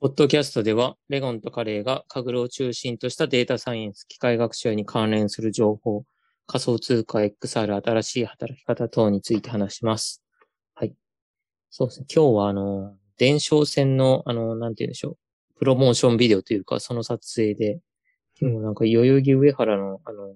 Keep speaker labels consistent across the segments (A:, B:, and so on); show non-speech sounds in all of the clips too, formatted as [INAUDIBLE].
A: ポッドキャストでは、レゴンとカレーがカグルを中心としたデータサイエンス、機械学習に関連する情報、仮想通貨、XR、新しい働き方等について話します。はい。そうですね。今日は、あの、伝承戦の、あの、なんて言うんでしょう。プロモーションビデオというか、その撮影で、今日なんか、代々木上原の、あの、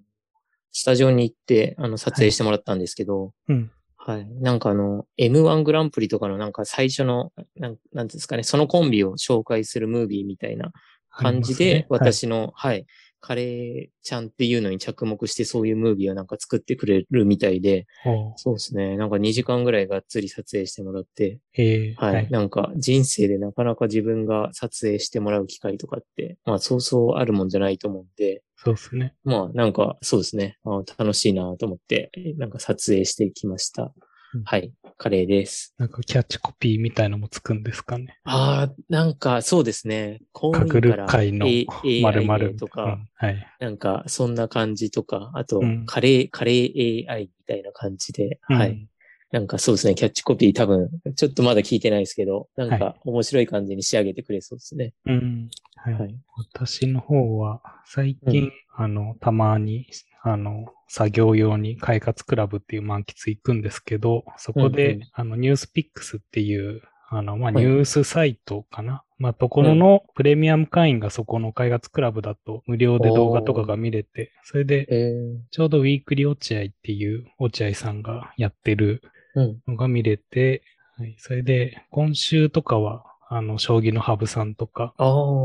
A: スタジオに行って、あの、撮影してもらったんですけど、
B: うん。
A: はい。なんかあの、M1 グランプリとかのなんか最初の、なんなんていうんですかね、そのコンビを紹介するムービーみたいな感じで、
B: ありま
A: 私
B: すね。
A: の、はい、カレーちゃんっていうのに着目して、そういうムービーをなんか作ってくれるみたいで、
B: はいおう
A: そうですね。なんか2時間ぐらいがっつり撮影してもらって、
B: ええ
A: はい。なんか人生でなかなか自分が撮影してもらう機会とかって、まあそうそうあるもんじゃないと思うんで、
B: そうですね。
A: まあなんかそうですね。あ楽しいなと思って、なんか撮影してきました
B: うん。
A: はい。カレーです。
B: なんかキャッチコピーみたいのもつくんですかね。
A: ああ、なんかそうですね。公
B: か
A: 務
B: ぐ
A: 員か
B: る
A: ら
B: 会の
A: A- AI
B: まるまる
A: とか、
B: はい。
A: なんかそんな感じとか、あと
B: うん
A: カレー、カレー AI みたいな感じで、は
B: う
A: い。
B: ん。
A: なんかそうですね。キャッチコピー多分、ちょっとまだ聞いてないですけど、なん
B: は
A: か面白い感じに仕上げてくれそうですね。
B: うん。はい。
A: はい。
B: 私の方は、最近、
A: う
B: あの、たまに、あの、作業用に快活クラブっていう満喫行くんですけど、そこで、
A: うんうん
B: あの、ニュースピックスっていう、あの、まあ、
A: は
B: ニ
A: い
B: ュースサイトかな。まあ、ところのプレミアム会員がそこの開発クラブだと無料で動画とかが見れて、それで
A: えー、
B: ちょうどウィークリー落合っていう落合さんがやってる
A: うん。
B: のが見れて、はい、それで今週とかはあの将棋の羽生さんとか、
A: あ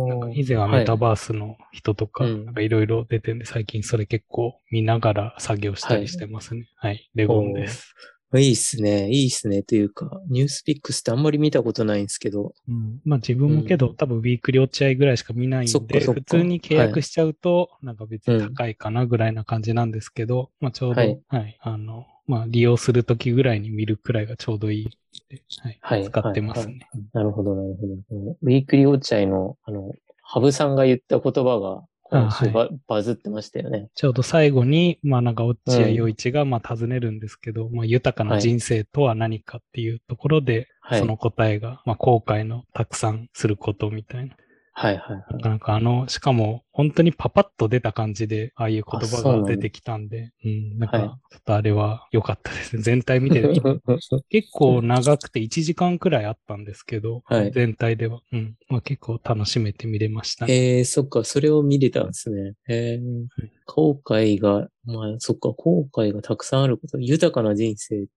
B: なんか
A: あ。
B: 以前はメタバースの人とか、
A: はいいうん
B: なんかいろいろ出てんで、最近それ結構見ながら作業したりしてますね。はい、レゴンです。
A: いいっすね。いいっすね。というか、ニュースピックスってあんまり見たことないんですけど。
B: うん、まあ自分もけど、
A: うん
B: 多分ウィークリー落合ぐらいしか見ない
A: そっ
B: ん
A: か
B: で、
A: そっか
B: 普通に契約しちゃうと、なんか別に高いかなぐらいな感じなんですけど、まあちょうど、
A: は
B: はいい、あの、まあ利用するときぐらいに見るくらいがちょうどいいんで、はい、
A: はい。
B: 使ってます
A: はい
B: ね。
A: はいなるほど、なるほど。ウィークリー落合の、あの、羽生さんが言った言葉が、今週
B: あ
A: バ,、バズってましたよね。
B: ちょうど最後に、まあなんか落合
A: うん
B: 陽一がまあ尋ねるんですけど、まあ豊かな人生とは何かっていうところで、
A: はい。
B: その答えが、まあ後悔のたくさんすることみたいな。
A: はいはいはい。
B: なんかあの、しかも本当にパパッと出た感じで、ああいう
A: あ
B: 言
A: そうなん
B: 葉
A: だ
B: が出てきたんで、うん、なん
A: はい
B: かちょっとあれは良かったですね。全体見て
A: [LAUGHS]
B: ると結構長くて1時間くらいあったんですけど、
A: はい
B: 全体では、うん、まあ結構楽しめて見れましたね。
A: えー、そっか、それを見れたんですね。えー
B: はい、
A: 後悔が、まあ、そっか、後悔がたくさんあること、豊かな人生。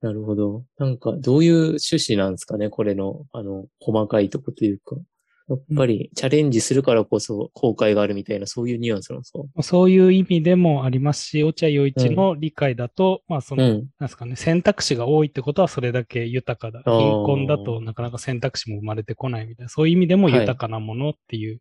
A: なるほど。なんか、どういう趣旨なんですかね、これの、あの、細かいとこというか。やっぱり、チャレンジするからこそ、後悔があるみたいな、そういうニュアンスなんですか
B: そういう意味でもありますし、落合陽一の理解だと、まあその、
A: うん。
B: なんですかね、選択肢が多いってことはそれだけ豊かだ。
A: あー
B: 貧困だとなかなか選択肢も生まれてこないみたいな、そういう意味でも
A: はい
B: 豊かなものっていう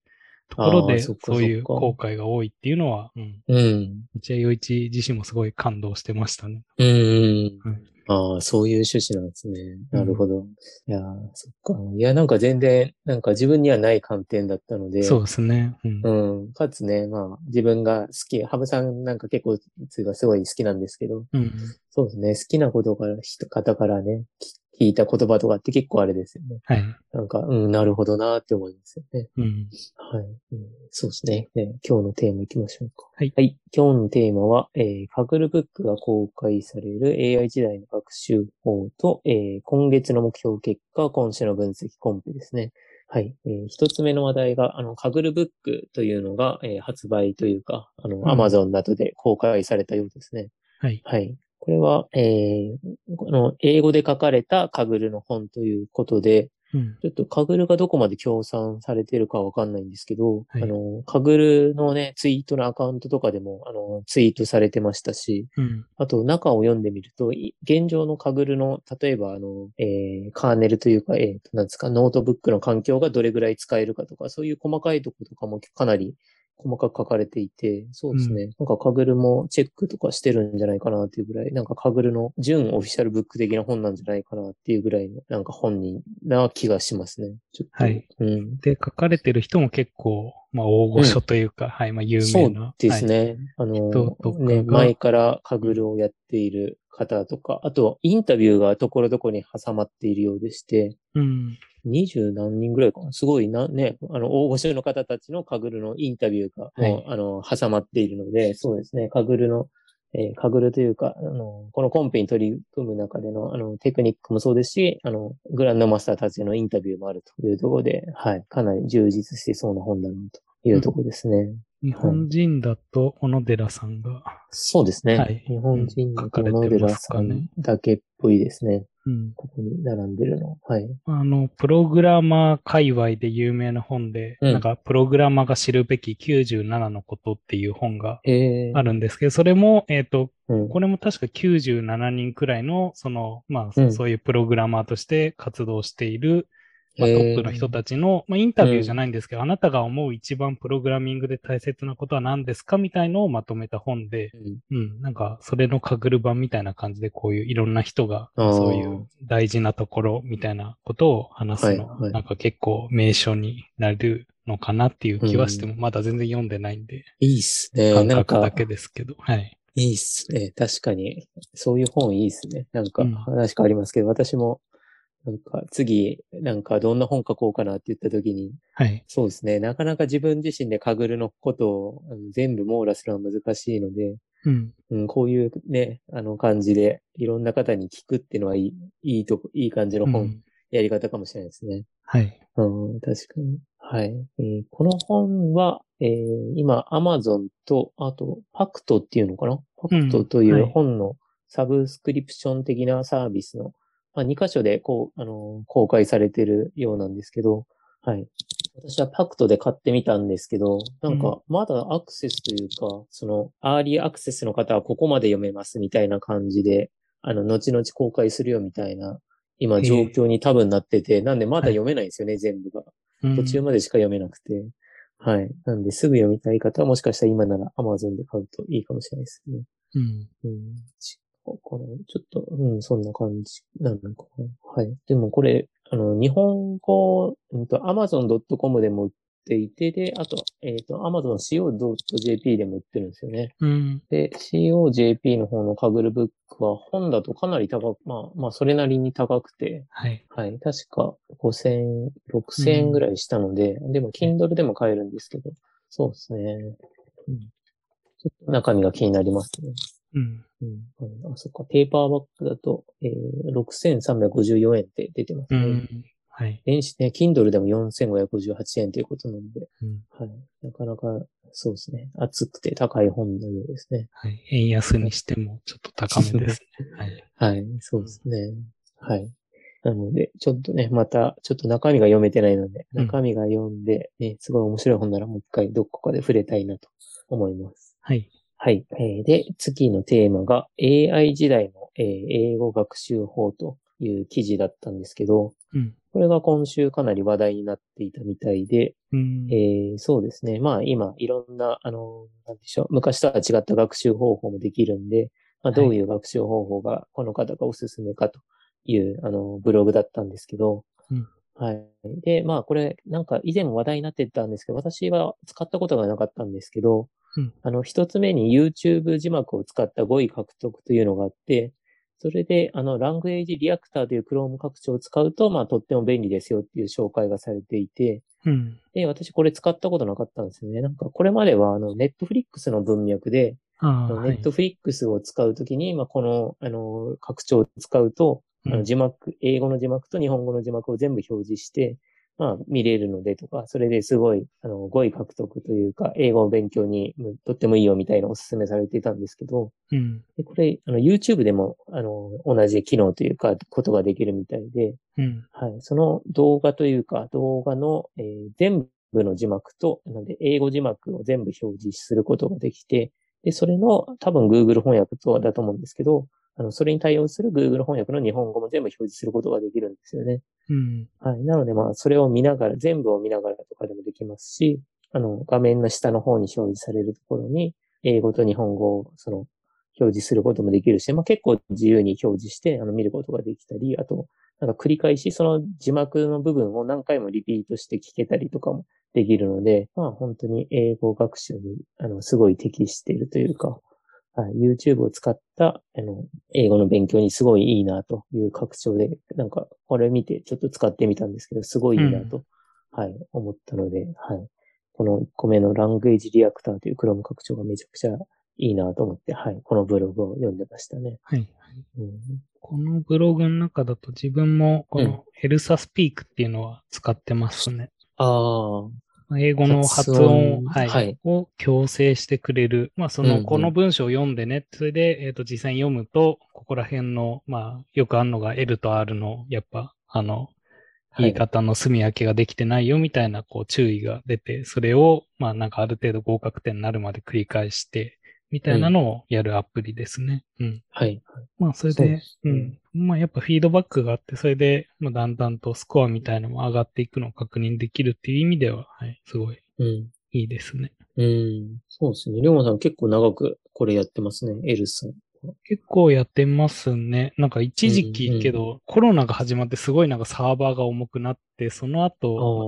B: ところで、
A: あーそ
B: そ
A: っか
B: ういう
A: そっか
B: 後悔が多いっていうのは、うん。
A: うん。
B: 内谷陽一自身もすごい感動してましたね。
A: うんうん。
B: はい
A: ああ、そういう趣旨なんですね。なるほど。いやー、そっか。いや、なんか全然、なんか自分にはない観点だったので、
B: そうですね。うん。
A: うん。かつね、まあ、自分が好き、ハブさんなんか結構、つうかすごい好きなんですけど、
B: うん
A: そうですね、好きなことから、人方からね、き聞いた言葉とかって結構あれですよね。
B: はい。
A: なんか、うん、なるほどなーって思いますよね。
B: うん。
A: はい。うんそうですねね今日のテーマいきましょうか。
B: はい
A: 今日のテーマは、えー、カグルブックが公開される AI 時代の学習法と、えー今月の目標結果、今週の分析コンペですね。はい。えー一つ目の話題が、あの、カグルブックというのが、えー発売というか、あの、
B: ん
A: Amazon などで公開されたようですね。
B: はい。
A: はい。これは、えーこの英語で書かれたカグルの本ということで、
B: うん。
A: ちょっとカグルがどこまで協賛されてるかわかんないんですけど、
B: はい
A: あの、カグルのね、ツイートのアカウントとかでも、あの、ツイートされてましたし、
B: うん。
A: あと中を読んでみると、い現状のカグルの、例えば、あの、えーカーネルというか、えーと、なんですか、ノートブックの環境がどれぐらい使えるかとか、そういう細かいとことかもかなり細かく書かれていて、そうですね。なんかカグルもチェックとかしてるんじゃないかなっていうぐらい、なんかカグルの純オフィシャルブック的な本なんじゃないかなっていうぐらいの、なんか本人な気がしますね。ちょっと、
B: はい
A: うん。
B: で、書かれてる人も結構、まあ大御所というか、はい、まあ有
A: そ
B: 名
A: う
B: な。
A: です
B: はい。
A: ね。あの
B: 人と、かが
A: ね、前からカグルをやっている、方とか、あと、インタビューがところどころに挟まっているようでして、
B: うん。
A: 二十何人ぐらいかな。すごいな、ね、あの、大御所の方たちのカグルのインタビューが、もう、あの、挟まっているので、そうですね、カグルの、えーカグルというか、あの、このコンペに取り組む中での、あの、テクニックもそうですし、あの、グランドマスターたちのインタビューもあるというところで、はい、かなり充実してそうな本だな、というところですね。
B: 日本人だと、小野寺さんが、
A: そうですね。
B: はい
A: 日本人
B: うん
A: の
B: 書かれて
A: 小野寺
B: ます
A: さ
B: かね
A: んだけっぽいですね。
B: うん。
A: ここに並んでるの。はい。
B: あの、プログラマー界隈で有名な本で、
A: うん
B: なんか、プログラマーが知るべき97のことっていう本が
A: へえ
B: あるんですけど、それも、えっ、と、
A: うん。
B: これも確か97人くらいの、その、ま
A: う
B: あ、
A: ん
B: そういうプログラマーとして活動している、まあ、
A: へ
B: ト
A: ー
B: ップの人たちの、まあ、インタビューじゃないんですけど、あなたが思う一番プログラミングで大切なことは何ですかみたいのをまとめた本で、
A: うん
B: うん、なんか、それのかぐる版みたいな感じで、こういういろんな人が、
A: あー
B: そういう大事なところみたいなことを話すの、
A: はいはい
B: なんか結構名所になるのかなっていう気はしても、まだ全然読んでないんで、
A: いいっすね。
B: 感
A: なん
B: 覚
A: か、
B: だけですけど、はい。
A: いいっすね。確かに。そういう本いいっすね。なんか
B: うん、
A: 話変わりますけど、私も、なんか、次、なんか、どんな本書こうかなって言った時に、
B: はい。
A: そうですね。なかなか自分自身でカグルのことをあの全部網羅するのは難しいので、
B: うん。
A: うん、こういうね、あの感じで、いろんな方に聞くっていうのはいい、いいとこ、いい感じの
B: う
A: 本、
B: ん
A: やり方かもしれないですね。
B: はい。
A: うん、確かに。はい。えーこの本は、えー今、Amazon と、あと、パクトっていうのかなパクトとい
B: うんは
A: う
B: い
A: 本のサブスクリプション的なサービスの、まあ、2箇所でこう、あのー公開されてるようなんですけど、はい。私はパクトで買ってみたんですけど、なん
B: うん
A: か、まだアクセスというか、その、アーリーアクセスの方はここまで読めますみたいな感じで、あの、後々公開するよみたいな、今、状況に多分なってて、なんでまだ読めないんですよね、全部が。途中
B: うん
A: までしか読めなくて。はい。なんで、すぐ読みたい方は、もしかしたら今なら Amazon で買うといいかもしれないですね。
B: うん。
A: うん。ちここれ、ちょっと、うん、そんな感じなのかな。はい。でもこれ、あの、日本語、うんと、amazon.com でも売っていて、で、あと、えっ、と、amazon.co.jp でも売ってるんですよね。
B: うん。
A: で、COJP の方のカグルブックは、本だとかなり高く、まあ、まあ、それなりに高くて、
B: はい。
A: はい。確か5000、6000円ぐらいしたので、でも Kindle でも買えるんですけど、そうですね。うん、ちょっと中身が気になりますね。
B: うん。
A: うんはいあ、そっか。ペーパーバッグだと、えー、6354円って出てます
B: う
A: ね。
B: ん。はい。
A: 電子ね、Kindle でも4558円ということなので、
B: うん
A: はい。なかなか、そうですね。厚くて高い本のようですね。
B: はい。円安にしてもちょっと高めですね。はい。
A: はい、そうですね。はい。なので、ちょっとね、また、ちょっと中身が読めてないので、
B: うん
A: 中身が読んで、ね、すごい面白い本ならもう一回どこかで触れたいなと思います。
B: はい。
A: はい。えーで、次のテーマが AI 時代の、えー英語学習法という記事だったんですけど、
B: うん。
A: これが今週かなり話題になっていたみたいで、
B: うん。
A: えーそうですね。まあ今、いろんな、あの、なんでしょう、昔とは違った学習方法もできるんで、まあ、
B: はい
A: どういう学習方法がこの方がおすすめかという、あの、ブログだったんですけど、
B: うん
A: はい。で、まあこれ、なんか以前も話題になってたんですけど、私は使ったことがなかったんですけど、
B: うん
A: あの、一つ目に YouTube 字幕を使った語彙獲得というのがあって、それで、あの、ラングエージリアクターという Chrome 拡張を使うと、まあ、とっても便利ですよっていう紹介がされていて、
B: うん。
A: で、私これ使ったことなかったんですよね。なんかこれまではあの、ネットフリックスの文脈で、
B: ああ、
A: ネ
B: はい
A: ッ。トフリックスを使うときに、まあ、この、あの、拡張を使うと、あ
B: う
A: の
B: ん
A: 字幕、英語の字幕と日本語の字幕を全部表示して、まあ、見れるのでとか、それですごい、あの、語彙獲得というか、英語を勉強にうんとってもいいよみたいなお勧めされていたんですけど、
B: うん。
A: でこれ、あの、YouTube でも、あの、同じ機能というか、ことができるみたいで、
B: うん。
A: はい。その動画というか、動画の、えー全部の字幕と、なんで、英語字幕を全部表示することができて、で、それの、多分 Google 翻訳とだと思うんですけど、あの、それに対応する Google 翻訳の日本語も全部表示することができるんですよね。
B: うん。
A: はい。なので、まあ、それを見ながら、全部を見ながらとかでもできますし、あの、画面の下の方に表示されるところに、英語と日本語を、その、表示することもできるし、まあ、結構自由に表示して、あの、見ることができたり、あと、なんか繰り返し、その字幕の部分を何回もリピートして聞けたりとかもできるので、まあ、本当に英語学習に、あの、すごい適しているというか、はい、YouTube を使った、あの、英語の勉強にすごいいいなという拡張で、なんか、これ見てちょっと使ってみたんですけど、すごいいいなと、はい、思ったので、はい。この1個目のランゲージリアクターという Chrome 拡張がめちゃくちゃいいなと思って、はい、このブログを読んでましたね。
B: はい。
A: うん、
B: このブログの中だと自分もこ
A: うん
B: のエルサスピークっていうのは使ってますね。
A: ああ、
B: まあ英語の発
A: 発
B: 音
A: 音
B: はい
A: はい
B: を強制してくれる。まあ、そ
A: うん
B: の、
A: うん
B: この文章を読んでねって、それで、えっ、と、実際に読むと、ここら辺の、まあ、よくあるのが L と R の、やっぱ、あの、
A: はい
B: 言い方の住み分けができてないよみたいな、こう、注意が出て、それを、まあ、なんかある程度合格点になるまで繰り返して、みたいなのをやるアプリですね。うん
A: はい。
B: まあ、それ
A: そう
B: で
A: で、
B: う
A: ね
B: ん。まあ、やっぱフィードバックがあって、それで、まあ、だんだんとスコアみたいのも上がっていくのを確認できるっていう意味では、はい、すごい
A: うん。
B: いいですね。
A: うん。そうですね。りょうまさん結構長くこれやってますね。エルさん。
B: 結構やってますね。なんか一時
A: うんう
B: 期
A: ん
B: けど、コロナが始まってすごいなんかサーバーが重くなって、その後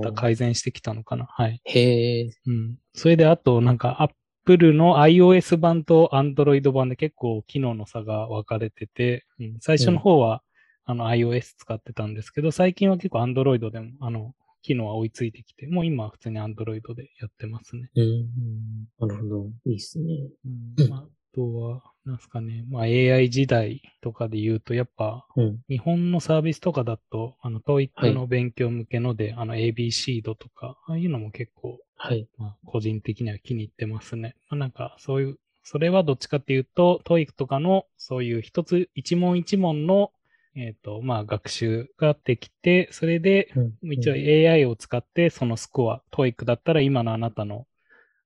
A: あー
B: また改善してきたのかな。はい。
A: へえ。
B: うん。それであとなんか Apple の iOS 版と Android 版で結構機能の差が分かれてて、うん、最初の方は、あの iOS 使ってたんですけど、最近は結構 Android でもあの機能は追いついてきて、もう今は普通に Android でやってますね。
A: うん。なるほど。いいですね。
B: うんまああとは、なんすかね、まあ、AI 時代とかで言うと、やっぱ
A: うん。
B: 日本のサービスとかだと、あの、
A: は
B: TOEIC
A: い
B: の勉強向けので、あの、ABC 度とか、ああいうのも結構、
A: はい。
B: まあ、個人的には気に入ってますね。まあ、なんか、そういう、それはどっちかっていうと、TOEIC とかの、そういう一つ、一問一問の、えっ、と、まあ、学習ができて、それで、
A: うん
B: 一応 AI を使って、そのスコア、TOEIC だったら今のあなたの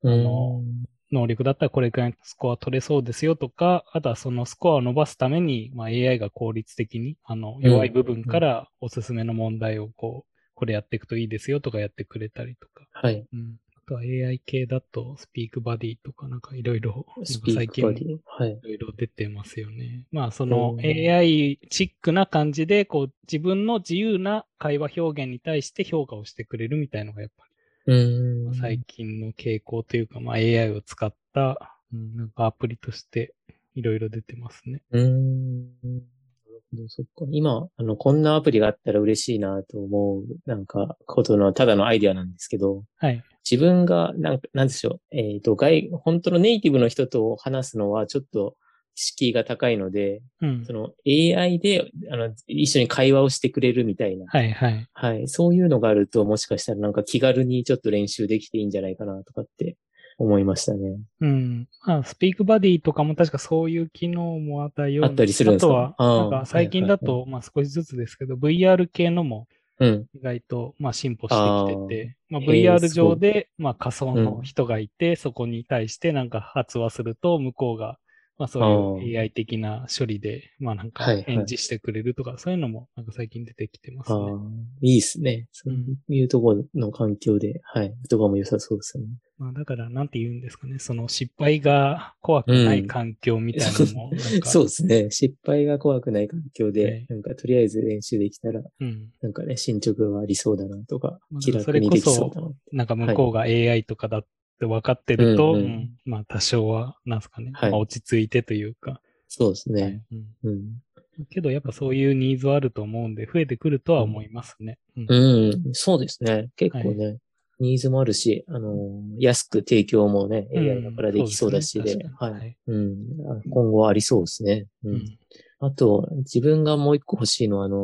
A: うん、
B: あの能力だったらこれくらいのスコア取れそうですよとか、あとはそのスコアを伸ばすために、まあ、AI が効率的にあの
A: ん
B: 弱い部分からおすすめの問題をこう、これやっていくといいですよとかやってくれたりとか。
A: はい。
B: うん、あとは AI 系だとスピークバディとかなんかいろいろなんか
A: スピ
B: 最
A: ーク
B: 近
A: バディ。はい。
B: いろいろ出てますよね。まあ、その
A: うん
B: AI チックな感じで、こう、自分の自由な会話表現に対して評価をしてくれるみたいのがやっぱり
A: うん。
B: 最近の傾向というか、まあ、AI を使った、うんなんかアプリとしていろいろ出てますね。
A: うん。なるほどそっか。今、あの、こんなアプリがあったら嬉しいなと思う、なんか、ことの、ただのアイデアなんですけど、
B: はい。
A: 自分が、なんか、なんでしょう。えっ、と、外、本当のネイティブの人と話すのはちょっと、敷居が高いので、
B: うん
A: そ。の AI であの一緒に会話をしてくれるみたいな、
B: はいはい。
A: はい、そういうのがあるともしかしたらなんか気軽にちょっと練習できていいんじゃないかなとかって思いましたね。
B: うん。まあ、スピークバディとかも確かそういう機能もあったような
A: あったりするんですか
B: あとは
A: あ、ー
B: なんか最近だ
A: はいは
B: と、まあ少しずつですけど、VR 系のも
A: うん。
B: 意外と、まあ、進歩してきてて、まあ、
A: へー
B: VR
A: すご
B: 上
A: い
B: で、まあ、仮想
A: う
B: の
A: ん
B: 人がいて、そこに対してなんか発話すると、向こうが、まあ、そういう AI 的な処理で、まあ、なんか
A: はいはい
B: 返事してくれるとか、そういうのもなんか最近出てきてます
A: ああ
B: ね。、
A: いいですね。そううんいうところの環境で、はい、言葉も良さそうですね。
B: まあ、だから、なんて言うんですかね、その失敗が怖くない環境みたいなのも、なん
A: [LAUGHS]
B: か、
A: そうですね。失敗が怖くない環境で、
B: はい
A: なんかとりあえず練習できたら、
B: うん。
A: なんかね、進捗はありそうだなとか
B: まあ、
A: 気楽にできそうだな。
B: なんか向こうが AI とかだって分かってる
A: う
B: と、
A: んうん
B: うんまあ、多少は、なんですかね、
A: はい
B: まあ、落ち着いてというか、
A: そうですね。
B: うん
A: うん。
B: けど、やっぱそういうニーズはあると思うんで、増えてくるとは思いますね。うん
A: うん、そうですね。結構ね、ニーズもあるし、あのー安く提供もね、AI だからできそうだしで、
B: うん
A: は
B: そうですね確かにはい
A: い。うん、あ今後はありそうですね。う。
B: うんん
A: あと、自分がもう一個欲しいのは、あのー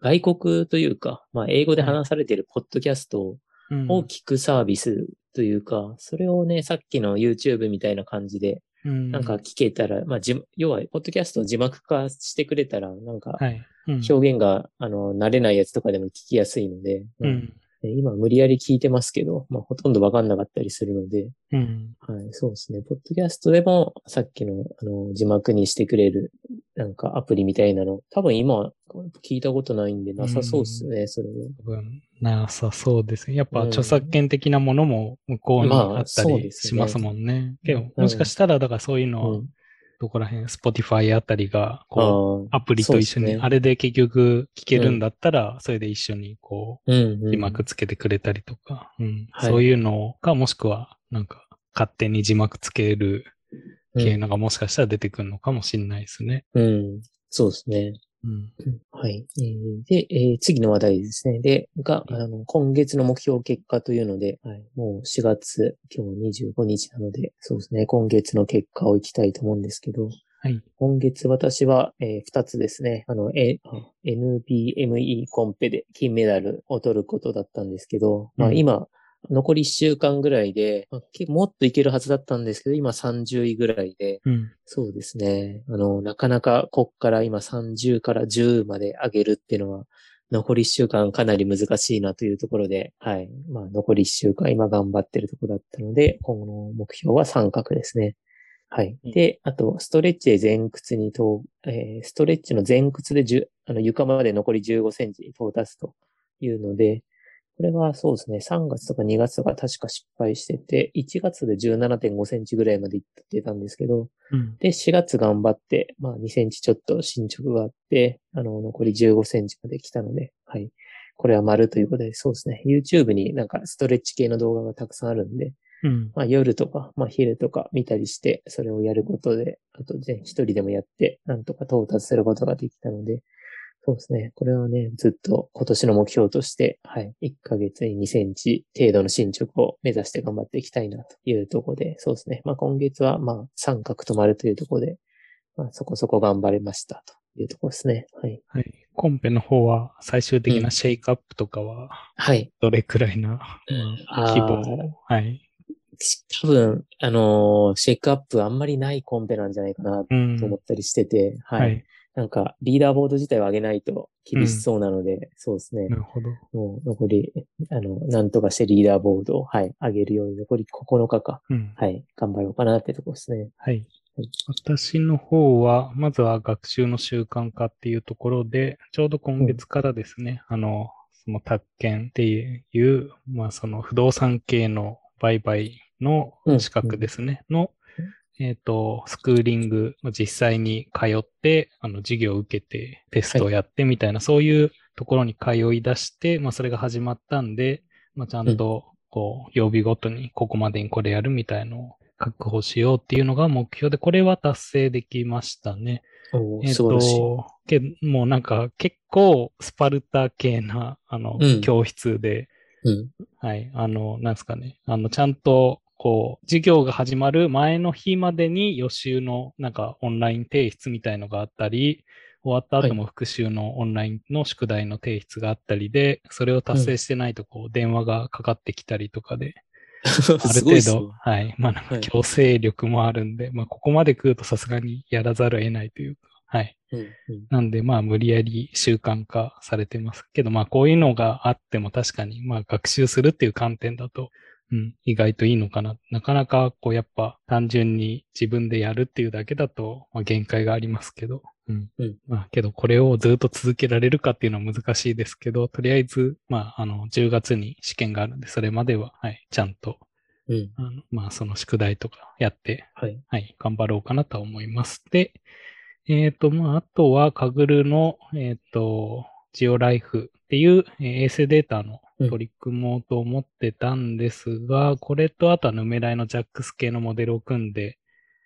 A: 外国というか、まあ、英語で話されているポッドキャストを
B: うん
A: 聞くサービスというか、それをね、さっきの YouTube みたいな感じで、なんか
B: う
A: 聞けたら、まあ、じ要は、ポッドキャストを字幕化してくれたら、なんか、
B: はい。うん
A: 表現が、あの、慣れないやつとかでも聞きやすいので、ま
B: う
A: あ
B: ん。
A: ね今無理やり聞いてますけど、まあ、ほとんどわかんなかったりするので、
B: うん。
A: はい、そうですね。ポッドキャストでも、さっきの、あの、字幕にしてくれる、なんかアプリみたいなの、多分今、聞いたことないんで、なさそうですね、それは。
B: 多分、なさそうですね。やっぱ
A: うん
B: 著作権的なものも向こうに
A: まあ
B: あった
A: そうで
B: り
A: すね
B: しますもんね。けど、
A: うん
B: もしかしたら、だからそういうの
A: う
B: は
A: ん、
B: どこら辺、Spotify あたりが、
A: あ
B: こう、
A: あ、
B: アプリと一緒
A: そう
B: に、
A: ですね
B: あれで結局聞けるんだったら、それで一緒にこう、
A: うん、うん。
B: 字幕つけてくれたりとか、うん
A: はい
B: そういうのか、もしくは、なんか、勝手に字幕つける系のがもしかしたら出てくるのかもしれないですね。
A: うん。そうですね。
B: うん。
A: はい。えーで、えー次の話題ですね。で、が、あの、今月の目標結果というので、はい、もう4月、今日25日なので、そうですね、今月の結果をいきたいと思うんですけど、
B: はい。
A: 今月私は、え2つですね、あの、えあ NBME コンペで金メダルを取ることだったんですけど、まあ
B: うん
A: 今、残り1週間ぐらいで、まあけもっといけるはずだったんですけど、今30位ぐらいで、
B: うん。
A: そうですね。あの、なかなかこっから今30から10まで上げるっていうのは、残り1週間かなり難しいなというところで、はい。まあ残り1週間今頑張ってるところだったので、今後の目標は三角ですね。はい。
B: うん
A: で、あと、ストレッチで前屈にと、えーストレッチの前屈で10あの床まで残り15センチに到達というので、これはそうですね、3月とか2月とか確か失敗してて、1月で17.5センチぐらいまで行ってたんですけど、
B: うん。
A: で、4月頑張って、まあ2センチちょっと進捗があって、あの、残り15センチまで来たので、はい。これは丸ということで、そうですね。YouTube になんかストレッチ系の動画がたくさんあるんで、
B: うん。
A: まあ夜とか、まあ昼とか見たりして、それをやることで、あとね、一人でもやって、なんとか到達することができたので、そうですね。これはね、ずっと今年の目標として、はい。1ヶ月に2センチ程度の進捗を目指して頑張っていきたいなというところで、そうですね。まあ今月は、まあ三角と丸というところで、まあそこそこ頑張れましたというところですね。はい。
B: はい。コンペの方は最終的なシェイクアップとかは
A: はい。
B: どれくらいな、まあ
A: あー
B: 規模をはい。
A: し多分、あのーシェイクアップあんまりないコンペなんじゃないかな
B: うん
A: と思ったりしてて、
B: は
A: はい
B: い。
A: なんか、リーダーボード自体を上げないと厳しそうなので、そうですね
B: な。るほど。
A: もう残り、あの、なんとかしてリーダーボードを、はい、上げるように残り9日か。
B: うん。
A: はい、頑張ろうかなってとこですね。
B: はい
A: はい。
B: 私の方は、まずは学習の習慣化っていうところで、ちょうど今月からですね、あの、その宅建っていう、まあその不動産系の売買の
A: うん
B: 資格ですね、の、えっ、と、スクーリング、実際に通って、あの、授業を受けて、テストをやってみたいな、そういうところに通い出して、まあそれが始まったんで、まあちゃんと、こう、曜日ごとにここまでにこれやるみたいのを確保しようっていうのが目標で、これは達成できましたね。
A: おー
B: えっ
A: 素晴らしい。
B: と、けもうなんか結構スパルタ系な、あの、
A: うん
B: 教室で、
A: うん。
B: はい、あの、なんですかね、あの、ちゃんと、こう、授業が始まる前の日までに予習の、なんか、オンライン提出みたいのがあったり、終わった後も復習のオンラインの宿題の提出があったりで、それを達成してないと、こう、電話がかかってきたりとかで、ある
A: すごいっ
B: 程
A: すね
B: 度、はい、まあ、なん
A: は
B: か、
A: い
B: 強制力もあるんで、まあ、ここまで来るとさすがにやらざるを得ないというか、はい。
A: うんうん
B: なんで、まあ、無理やり習慣化されてますけど、まあ、こういうのがあっても確かに、まあ、学習するっていう観点だと、うん、意外といいのかな。なかなか、こう、やっぱ、単純に自分でやるっていうだけだと、まあ、限界がありますけど、うん。
A: うん
B: まあ、けど、これをずっと続けられるかっていうのは難しいですけど、とりあえず、まあ、あの、10月に試験があるんで、それまでは、はい、ちゃんと、
A: うん。
B: あのまあ、その宿題とかやって、
A: はい。
B: はい、頑張ろうかなとは思います。で、えっ、と、まあ、あとは、カグルの、えっ、と、ジオライフっていう、えー衛星データの取り組もうと思ってたんですが、これとあとはヌメライのジャックス系のモデルを組んで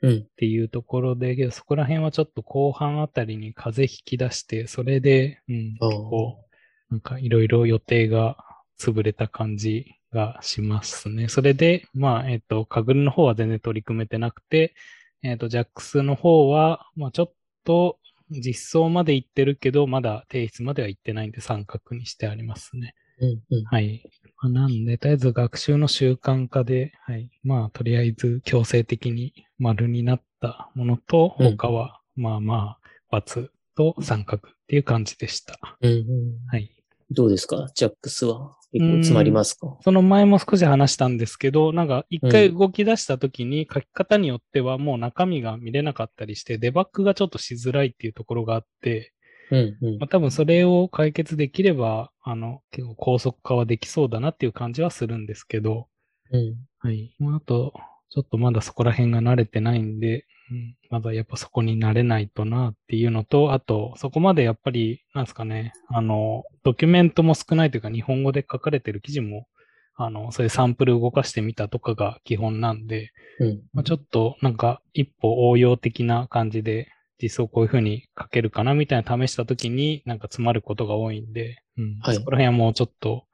A: うん。
B: っていうところで、けどそこら辺はちょっと後半あたりに風邪引き出して、それで、うん、結
A: あー
B: 構、なんかいろいろ予定が潰れた感じがしますね。それで、まあ、えっ、と、カグルの方は全然取り組めてなくて、えっ、と、ジャックスの方は、まあ、ちょっと実装まで行ってるけど、まだ提出までは行ってないんで三角にしてありますね。
A: うん。うん。
B: はい。まあ、なんで、とりあえず学習の習慣化で、はい。まあ、とりあえず強制的に丸になったものと、
A: うん
B: 他は、まあまあ、×と三角っていう感じでした。
A: うんうん。
B: はい。
A: どうですかジャックスは。結構詰まりますか
B: その前も少し話したんですけど、なんか一
A: う
B: 回
A: ん
B: 動き出した時に書き方によってはもう中身が見れなかったりして、デバッグがちょっとしづらいっていうところがあって、
A: うん。うん
B: まあ、多分それを解決できれば、あの、結構高速化はできそうだなっていう感じはするんですけど、
A: うん。
B: はい。まあ、あと、ちょっとまだそこら辺が慣れてないんで、うん、まだやっぱそこに慣れないとなっていうのと、あと、そこまでやっぱり、なんですかね、あの、ドキュメントも少ないというか、日本語で書かれてる記事もあの、そういうサンプル動かしてみたとかが基本なんで、
A: うん。
B: まあ、ちょっとなんか一歩応用的な感じで、実装こういう風に書けるかなみたいな試した時になんか詰まることが多いんで、うん
A: はい
B: そこら辺はもうちょっと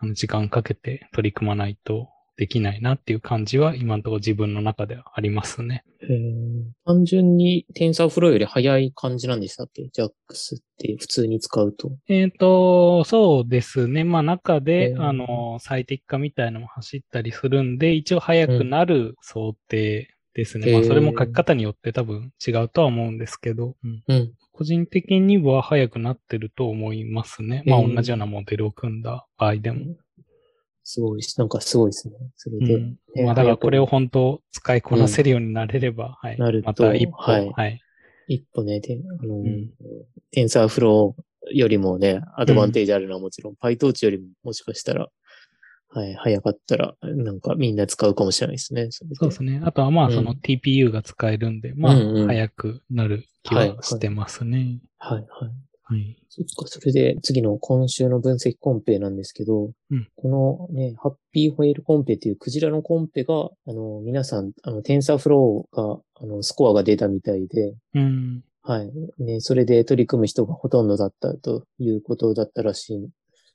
B: あの時間かけて取り組まないとできないなっていう感じは今のところ自分の中ではありますね。
A: へー単純に TensorFlow より早い感じなんでしたっけ ?JAX って普通に使うと。
B: えっ、と、そうですね。まあ中で、
A: うん
B: あの、最適化みたいのも走ったりするんで、一応早くなる想定ですね。
A: うん
B: まあそれも書き方によって多分違うとは思うんですけど、うん
A: うん。
B: 個人的には早くなってると思いますね。まあ
A: うん
B: 同じようなモデルを組んだ場合でも。
A: すごいし、なんかすごいですね。それ
B: う
A: で。
B: ん
A: えー
B: まあだからこれを本当使いこなせるようになれれば、はい。
A: なると
B: また一歩、
A: はい
B: はい。
A: 一歩ね、で、あの、
B: ん
A: TensorFlow よりもね、アドバンテージあるのはもちろん、PyTorch よりももしかしたら、はい、早かったら、なんかみんな使うかもしれないですね。それで
B: そうですね。あとはまあ
A: うん
B: その TPU が使えるんで、まあ
A: うんうん
B: 早くなる気はしてますね。
A: はい、はい。
B: はい。
A: そっか、それで次の今週の分析コンペなんですけど、
B: うん
A: このね、ハッピーホエールコンペっていうクジラのコンペが、あの、皆さん、あの、テンサーフローが、あの、スコアが出たみたいで、
B: うん。
A: はい。ね、それで取り組む人がほとんどだったということだったらしい。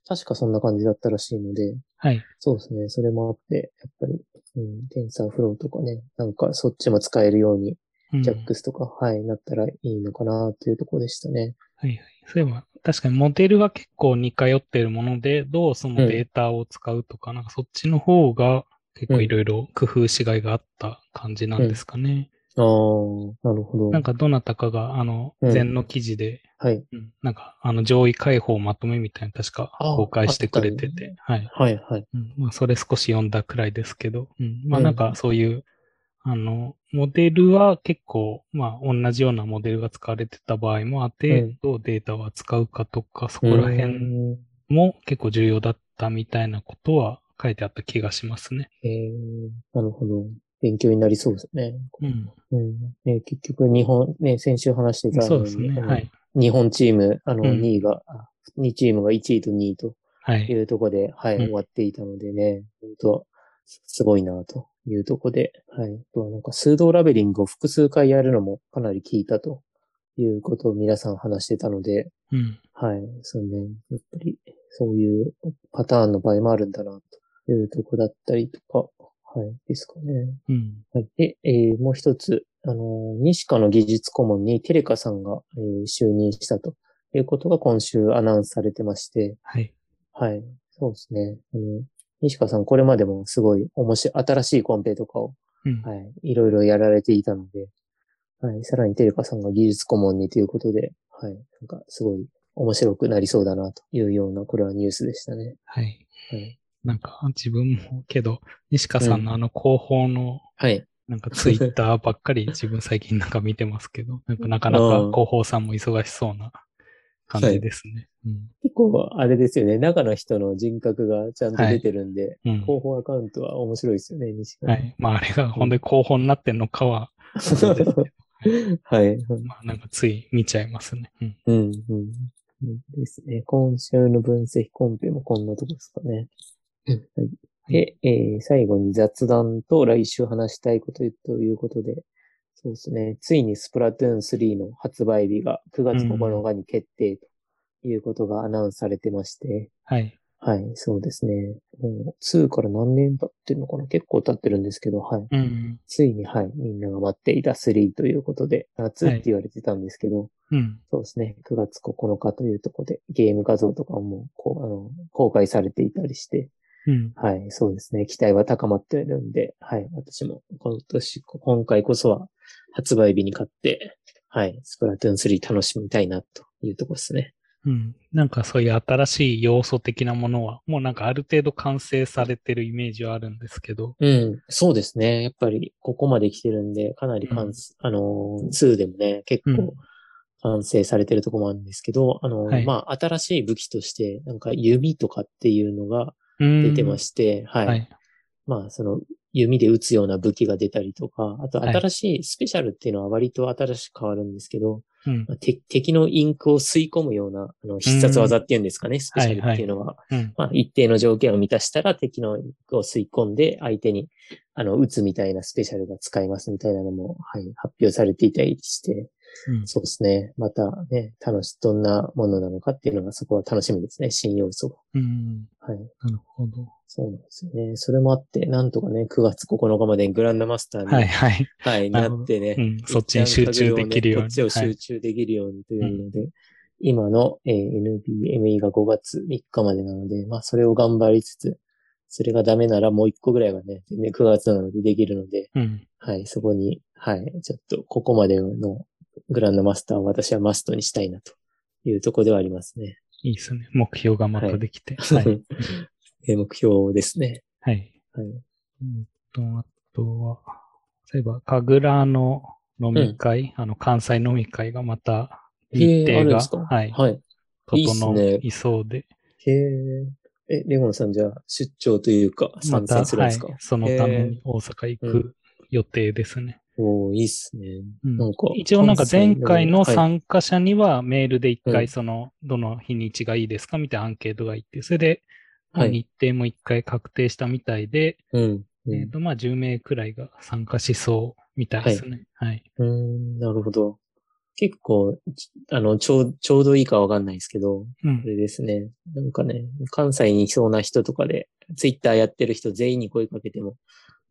A: 確かそんな感じだったらしいので、
B: はい。
A: そうですね。それもあって、やっぱり、うん、テンサーフローとかね、なんかそっちも使えるように、
B: うん
A: ジャックスとか、はい、なったらいいのかなというところでしたね。
B: はいはい。そういえば、確かにモデルは結構似通っているもので、どうそのデータを使うとか、なんかそっちの方が結構いろいろ工夫しがいがあった感じなんですかね。
A: ああ、なるほど。
B: なんかどなたかが、あの、
A: うん
B: 前の記事で、
A: はい。
B: うんなんかあの上位解放まとめみたいなの確か
A: あ
B: 公開してくれて
A: あった
B: て、はい。
A: はい、はい。
B: うんまあ、それ少し読んだくらいですけど、うん、まあ
A: うん
B: なんかそういう、あの、モデルは結構、まあ同じようなモデルが使われてた場合もあって、
A: うん
B: どうデータを扱うかとか、そこら辺
A: うん
B: も結構重要だったみたいなことは書いてあった気がしますね。
A: えー、なるほど。勉強になりそうですね。
B: うん。
A: うん。ね、結局、日本、ね、先週話してたよ
B: そうう
A: に
B: ですね。
A: あの
B: はい。
A: 日本チーム、あの、
B: うん
A: 2位が、あ2チームが1位と2位と
B: はいい。
A: うところで、はい、
B: うん
A: 終わっていたのでね、本当すごいなというところで、はい。あとはなんか、数動ラベリングを複数回やるのもかなり効いたということを皆さん話してたので、
B: うん。
A: はい、そうね。やっぱり、そういうパターンの場合もあるんだな、というとこだったりとか、はい、ですかね。
B: うん。
A: はい。で、えーもう一つ、あのー西科の技術顧問にテレカさんが、えー就任したということが今週アナウンスされてまして、
B: はい。
A: はい。そうですね。あの西川さん、これまでもすごい面白い、新しいコンペとかを、
B: うん。
A: はい、いろいろやられていたので、はい、さらにテレカさんが技術顧問にということで、はい、なんかすごい面白くなりそうだなというような、これはニュースでしたね。
B: はい。
A: はい。
B: なんか自分もけど、西川さんのあの広報の
A: はい。
B: なんかツイッターばっかり自分最近なんか見てますけ
A: [LAUGHS]
B: ど、なんかなかなか
A: うん
B: 広報さんも忙しそうな感じですね。
A: 結構、あれですよね、中の人の人格がちゃんと出てるんで、
B: うん。うん
A: 広報アカウントは面白いですよね、西川
B: は。い。まああれが本当に広報になってんのか
A: [LAUGHS]
B: は、そうですね
A: はい。
B: まあなんかつい見ちゃいますね。うん。
A: うん、うん。ですね。今週の分析コンペもこんなとこですかね。はい、で、えー最後に雑談と来週話したいことということで、そうですね。ついにスプラトゥーン3の発売日が9月9日に決定ということがアナウンスされてまして、
B: はい。
A: はい、そうですね。もう2から何年経ってるのかな結構経ってるんですけど、はい。
B: うん。
A: ついに、はい、みんなが待っていた3ということで、夏って言われてたんですけど、
B: うん。
A: そうですね。9月9日というところで、ゲーム画像とかもこうあの公開されていたりして、
B: うん。
A: はい、そうですね。期待は高まっているんで、はい、私も今年、今回こそは発売日に買って、はい、スプラトゥーン3楽しみたいなというところですね。
B: うん。なんかそういう新しい要素的なものは、もうなんかある程度完成されてるイメージはあるんですけど、
A: うん、そうですね。やっぱりここまで来てるんで、かなり完成、あのー、2でもね、結
B: う
A: 構
B: ん
A: 完成されてるとこもあるんですけど、あのー、
B: はい
A: まあ、新しい武器として、なんか弓とかっていうのが
B: うん
A: 出てまして、はい。
B: はい。
A: まあ、その、弓で撃つような武器が出たりとか、あと新しいスペシャルっていうのは割と新しく変わるんですけど、
B: うん
A: まあ敵敵のインクを吸い込むようなあの必殺技っていうんですかね、スペシャルっていうのは。
B: うん。
A: まあ、一定の条件を満たしたら敵のインクを吸い込んで相手にあの撃つみたいなスペシャルが使えますみたいなのも、はい、発表されていたりして、
B: うん
A: そうですね。またね、楽し、どんなものなのかっていうのがそこは楽しみですね、新要素が。
B: うん。
A: はい。
B: なるほど。
A: そうなんですよね。それもあって、なんとかね、9月9日までにグランドマスターに、
B: はいはい。
A: はい
B: な
A: な
B: るほど
A: ってね、
B: うん。そっちに集中できるように。
A: こっちを
B: は
A: 集
B: い
A: 中できるようにというので、今の、えー NBME が5月3日までなので、まあそれを頑張りつつ、それがダメならもう1個ぐらいはね、全然9月なのでできるので、
B: うん。
A: はい、そこに、はい、ちょっとここまでのグランドマスターを私はマストにしたいなというところではありますね。
B: いいですね。目標がまたできて。は
A: はいい。、 [LAUGHS] えー目標ですね。
B: はい。
A: はい。
B: うんと、あとは、そういえば、神楽の飲み会、あの、関西飲み会がまた、日
A: へーあ
B: 程
A: るん
B: が、
A: ですか
B: はい、
A: はい。いいっすね
B: 整いそうで、
A: へえ。え、レゴンさんじゃあ出張というか
B: ま
A: 参
B: た、
A: 戦するん
B: は
A: で
B: い
A: すか、、
B: そのため
A: へー
B: に大阪行
A: う
B: く予定ですね。
A: おおいいっすね。
B: うん
A: なんか。
B: 一応なんか前回の
A: 関
B: 参加者にはメールで一
A: は
B: 回
A: い
B: その、どの日にちがいいですかみたいなアンケートがいって、それで
A: はい
B: 日程も一回確定したみたいで、
A: 西のうん。う
B: えっ
A: ん
B: と、まあ10名くらいが参加しそうみたいですね。はい。
A: うーん、なるほど。結構、ちあの、ちょう、ちょうどいいかわかんないですけど、
B: うん
A: あ。れですね。なんかね、関西にいそうな人とかで、ツイッターやってる人全員に声かけても、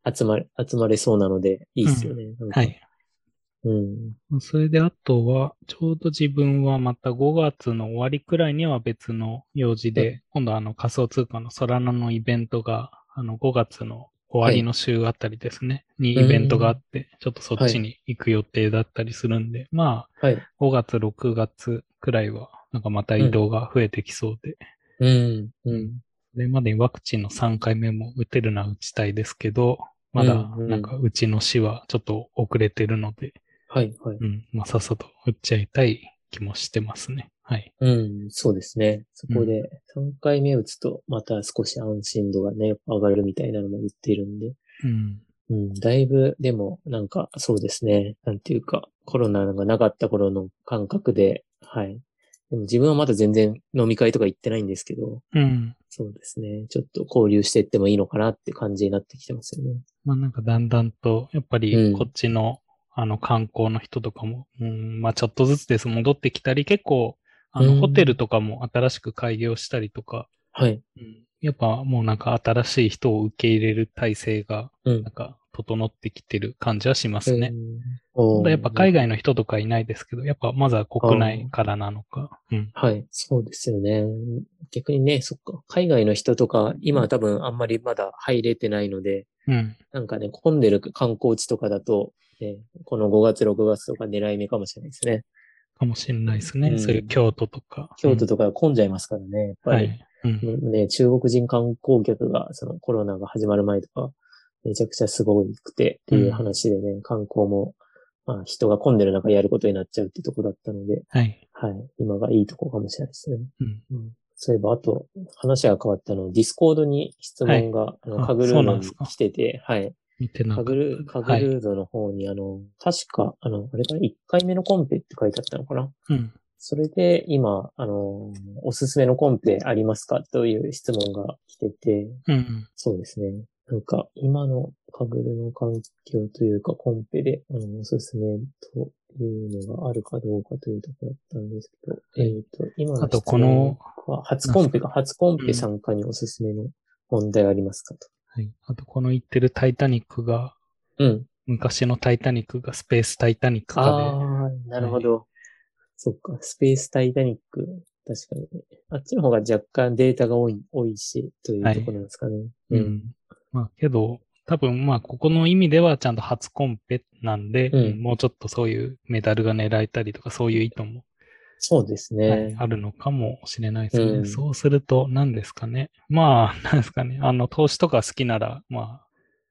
A: 集まれ、集まれそうなので、いいっすよね。なんか
B: はい。。
A: うん。
B: それであとは、ちょうど自分はまた5月の終わりくらいには別の用事で、
A: う
B: 今度はあの仮想通貨のソラナのイベントが、あの5月の終わりの週あたりですね、にイベントがあって、ちょっとそっちに行く予定だったりするんで、ま
A: はい。
B: あ5月、6月くらいは、なんかまた移動が増えてきそうで、
A: うん。うん。
B: それまでにワクチンの3回目も打てるな打ちたいですけど、まだ
A: うんうん
B: なんかうちの市はちょっと遅れてるので、
A: はい、はい。
B: うん、まあ、さっさと打っちゃいたい気もしてますね。はい。
A: うん、そうですね。そこで3回目打つと、また少し安心度がね、上がるみたいなのも言っているんで。
B: うん。
A: うん、だいぶ、でも、なんか、そうですね。なんていうか、コロナがなかった頃の感覚で、はい。でも自分はまだ全然飲み会とか行ってないんですけど、
B: うん。
A: そうですね。ちょっと交流していってもいいのかなって感じになってきてますよね。
B: まあ、なんかだんだんと、やっぱ
A: う
B: り
A: ん
B: こっちの、あの観光の人とかも、うん、まあちょっとずつです戻ってきたり、結構、あ
A: う
B: の、
A: ん
B: ホテルとかも新しく開業したりとか、
A: はい。
B: うん、やっぱもうなんか新しい人を受け入れる体制が、
A: うん
B: なん。か整ってきてる感じはしますね。
A: うん。
B: た
A: お
B: だやっぱ海
A: 外。
B: 外の人とかいないですけど、やっぱまずは国内からなのか。うん。
A: はい。そうですよね。逆にね、そっか。海外の人とか、今は多分あんまりまだ入れてないので、
B: うん。
A: なんかね、混んでる観光地とかだと、ね、この5月、6月とか狙い目かもしれないですね。
B: かもしれないですね。
A: うん
B: そういう京都とか。
A: 京都とか混んじゃいますからね、やっ
B: うん
A: ぱ
B: は
A: り。
B: い。うん。
A: ね、中国人観光客が、そのコロナが始まる前とか、めちゃくちゃすごくてっていう話でね、観光も、まあ人が混んでる中やることになっちゃうってとこだったので、
B: はい。
A: はい、今がいいとこかもしれないですね。
B: うん。
A: うん、そういえば、あと、話は変わったの、ディスコードに質問が、あの、
B: あ
A: カグル
B: そ
A: ー
B: うな
A: ドに
B: んですか
A: 来てて、はい。
B: 見てなか
A: カ
B: っ
A: グル、カグ
B: はい
A: ルードの方に、あの、確か、あの、あれかな、1回目のコンペって書いてあったのかな
B: た。うん。
A: それで今、あの、おすすめのコンペありますかという質問が来てて、
B: うん。
A: そうですね。なんか、今のカグルの環境というか、コンペで、あの、おすすめというのがあるかどうかというところだったんですけど、
B: はい
A: えっ、と、今の
B: あとこの
A: 質問は、初コンペか、初コン
B: うん
A: ペ参加におすすめの問題ありますかと。
B: はい。あと、この言ってるタイタニックが、
A: うん。
B: 昔のタイタニックがスペースタイタニックか
A: ああ、なるほど。そっか、スペースタイタニック。確かに。あっちの方が若干データが多い、多いし、というところなんですかね。
B: で。うん。まあ、けど、多分、まあ、ここの意味ではちゃんと初コンペなんで、
A: うん
B: うんもうちょっとそういうメダルが狙えたりとか、そういう意図も、
A: そうです
B: はい
A: ね。
B: あるのかもしれないですけどね、
A: うん
B: そうすると、何ですかね。まあ、何ですかね。あの、投資とか好きなら、まあ、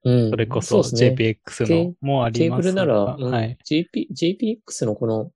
A: うん。
B: それこそ
A: うですね
B: JPX のもあり
A: ケー
B: ま
A: ブ
B: す
A: ル
B: が
A: なら、うん
B: はい。
A: JP、JPX のこの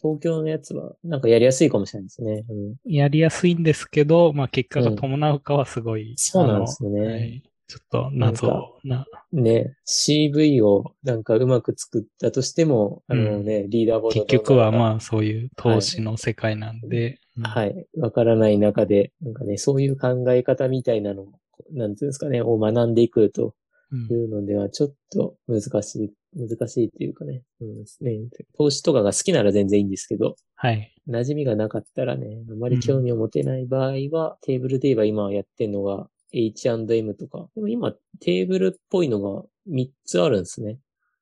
A: 東京のやつは、なんかやりやすいかもしれないですね。うん、
B: やりやすいんですけど、まあ結果が
A: うん
B: 伴うかはすごい。
A: そうなんですよね
B: あのはいちょっと謎をな。
A: ね、CV をなんかうまく作ったとしても、あのね、リーダーボード
B: 結局はまあそういう投資の世界なんで。うん
A: はい、わからない中で、なんかね、そういう考え方みたいなのを、なんていうんですかね、を学んでいくと
B: うん
A: いうのでは、ちょっと難しい、難しいというかね、うんですね、投資とかが好きなら全然いいんですけど、
B: はい。
A: 馴染みがなかったらね、あまり興味を持てない場合は、テーブルで言えば今やってるのが H&M とか、でも今テーブルっぽいのが3つあるんですね。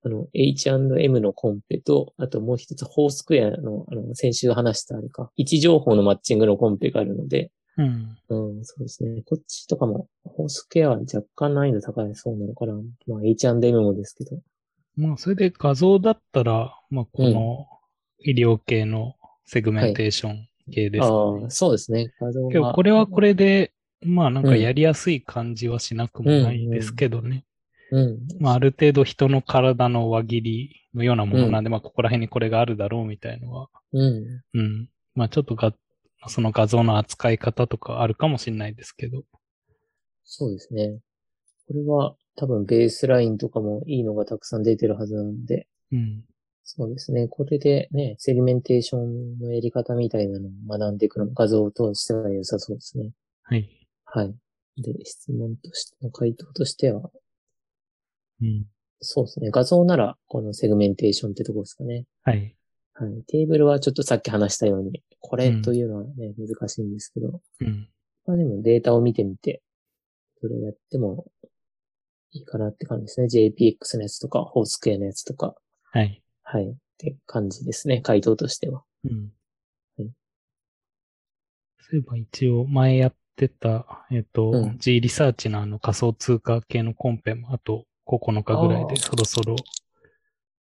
A: あの、H&M のコンペと、あともう一つ、フォースクエアの、あの、先週話したあれか、位置情報のマッチングのコンペがあるので、
B: うん。
A: うん、そうですね。こっちとかも、フォースクエアは若干難易度高いそうなのかな。まあ、H&M もですけど。
B: まあそれで画像だったら、まあこの医療系のセグメンテーション系ですかね。
A: ああ、そうですね。画像
B: けど
A: が
B: これはこれで、まあなんかやりやすい感じはしなくもないですけどね。
A: うん。
B: まあある程度人の体の輪切りのようなものなんで、まあここら辺にこれがあるだろうみたいのは、
A: うん。
B: うん。まあちょっとが、その画像の扱い方とかあるかもしれないですけど。
A: そうですね。これは多分ベースラインとかもいいのがたくさん出てるはずなんで、
B: うん。
A: そうですね。これでね、セグメンテーションのやり方みたいなのを学んでいくのも画像を通しては良さそうですね。
B: はい。
A: はい。で、質問としての回答としては、
B: うん。
A: そうですね。画像ならこのセグメンテーションってとこですかね。
B: はい。
A: はい。テーブルはちょっとさっき話したように、これ
B: うん
A: というのはね、難しいんですけど、
B: うん。
A: まあでもデータを見てみて、それやってもいいかなって感じですね。JPX のやつとか、ホースクエアのやつとか、
B: はい。
A: はい。って感じですね。回答としては。
B: うん。
A: はい
B: そういえば一応前やってた、えっ、と、
A: うん
B: G リサーチのあの仮想通貨系のコンペもあと9日ぐらい
A: あ
B: で
A: ー
B: そろそろ、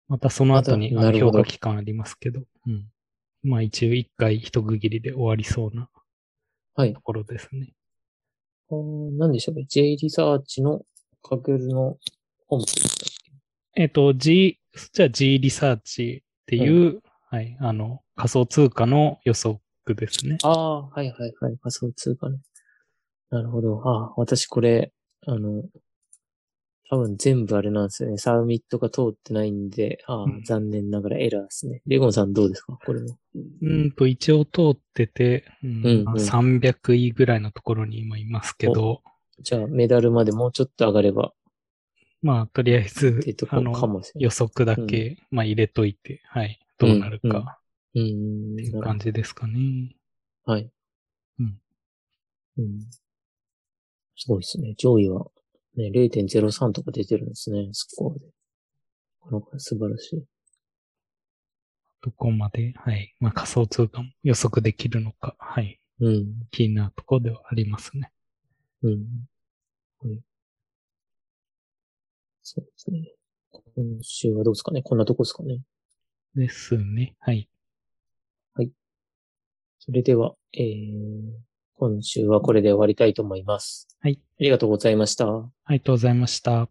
B: またその後に
A: ま
B: あ
A: たな
B: の
A: るほ
B: 評
A: ど
B: 価期間ありますけど、うん。まあ一応一回一区切りで終わりそうな
A: はい
B: と。ころですね。
A: あー何でしたっけ ?J リサーチのかけるの本部でしたっけ
B: えっ、と、G、そっちは G リサーチっていう、はい、あの仮想通貨の予測ですね。
A: ああ、はいはいはい。仮想通貨ね。なるほど。ああ、私これ、あの、多分全部あれなんですよね。サーミットが通ってないんで、ああ
B: うん、
A: 残念ながらエラーですね。レゴンさんどうですかこれも。
B: うんと、一応通ってて、う
A: う
B: ん
A: ん
B: まあ
A: うん
B: 300位ぐらいのところに今いますけど、
A: じゃあ、メダルまでもうちょっと上がれば、
B: まあ、とりあえず
A: って、とこ
B: あ
A: か
B: の、
A: もしれない。
B: 予測だけ、まあ、入れといて、はい、どうなるか
A: う
B: って
A: ー
B: い
A: ん、
B: う
A: なる
B: 感じですかね。
A: ほどはい。
B: うん。
A: うん。すごいですね。上位は、ね、0.03とか出てるんですね、スコアで。この子素晴らしい。
B: どこまで、はい、まあ、仮想通貨も予測できるのか、はい、
A: うん。
B: 気になるところではありますね。
A: うん。はい。そうですね。今週はどうですかねこんなとこですかね
B: ですね。はい。
A: それでは、えー、今週はこれで終わりたいと思います。
B: はい。
A: ありがとうございました。
B: ありがとうございました。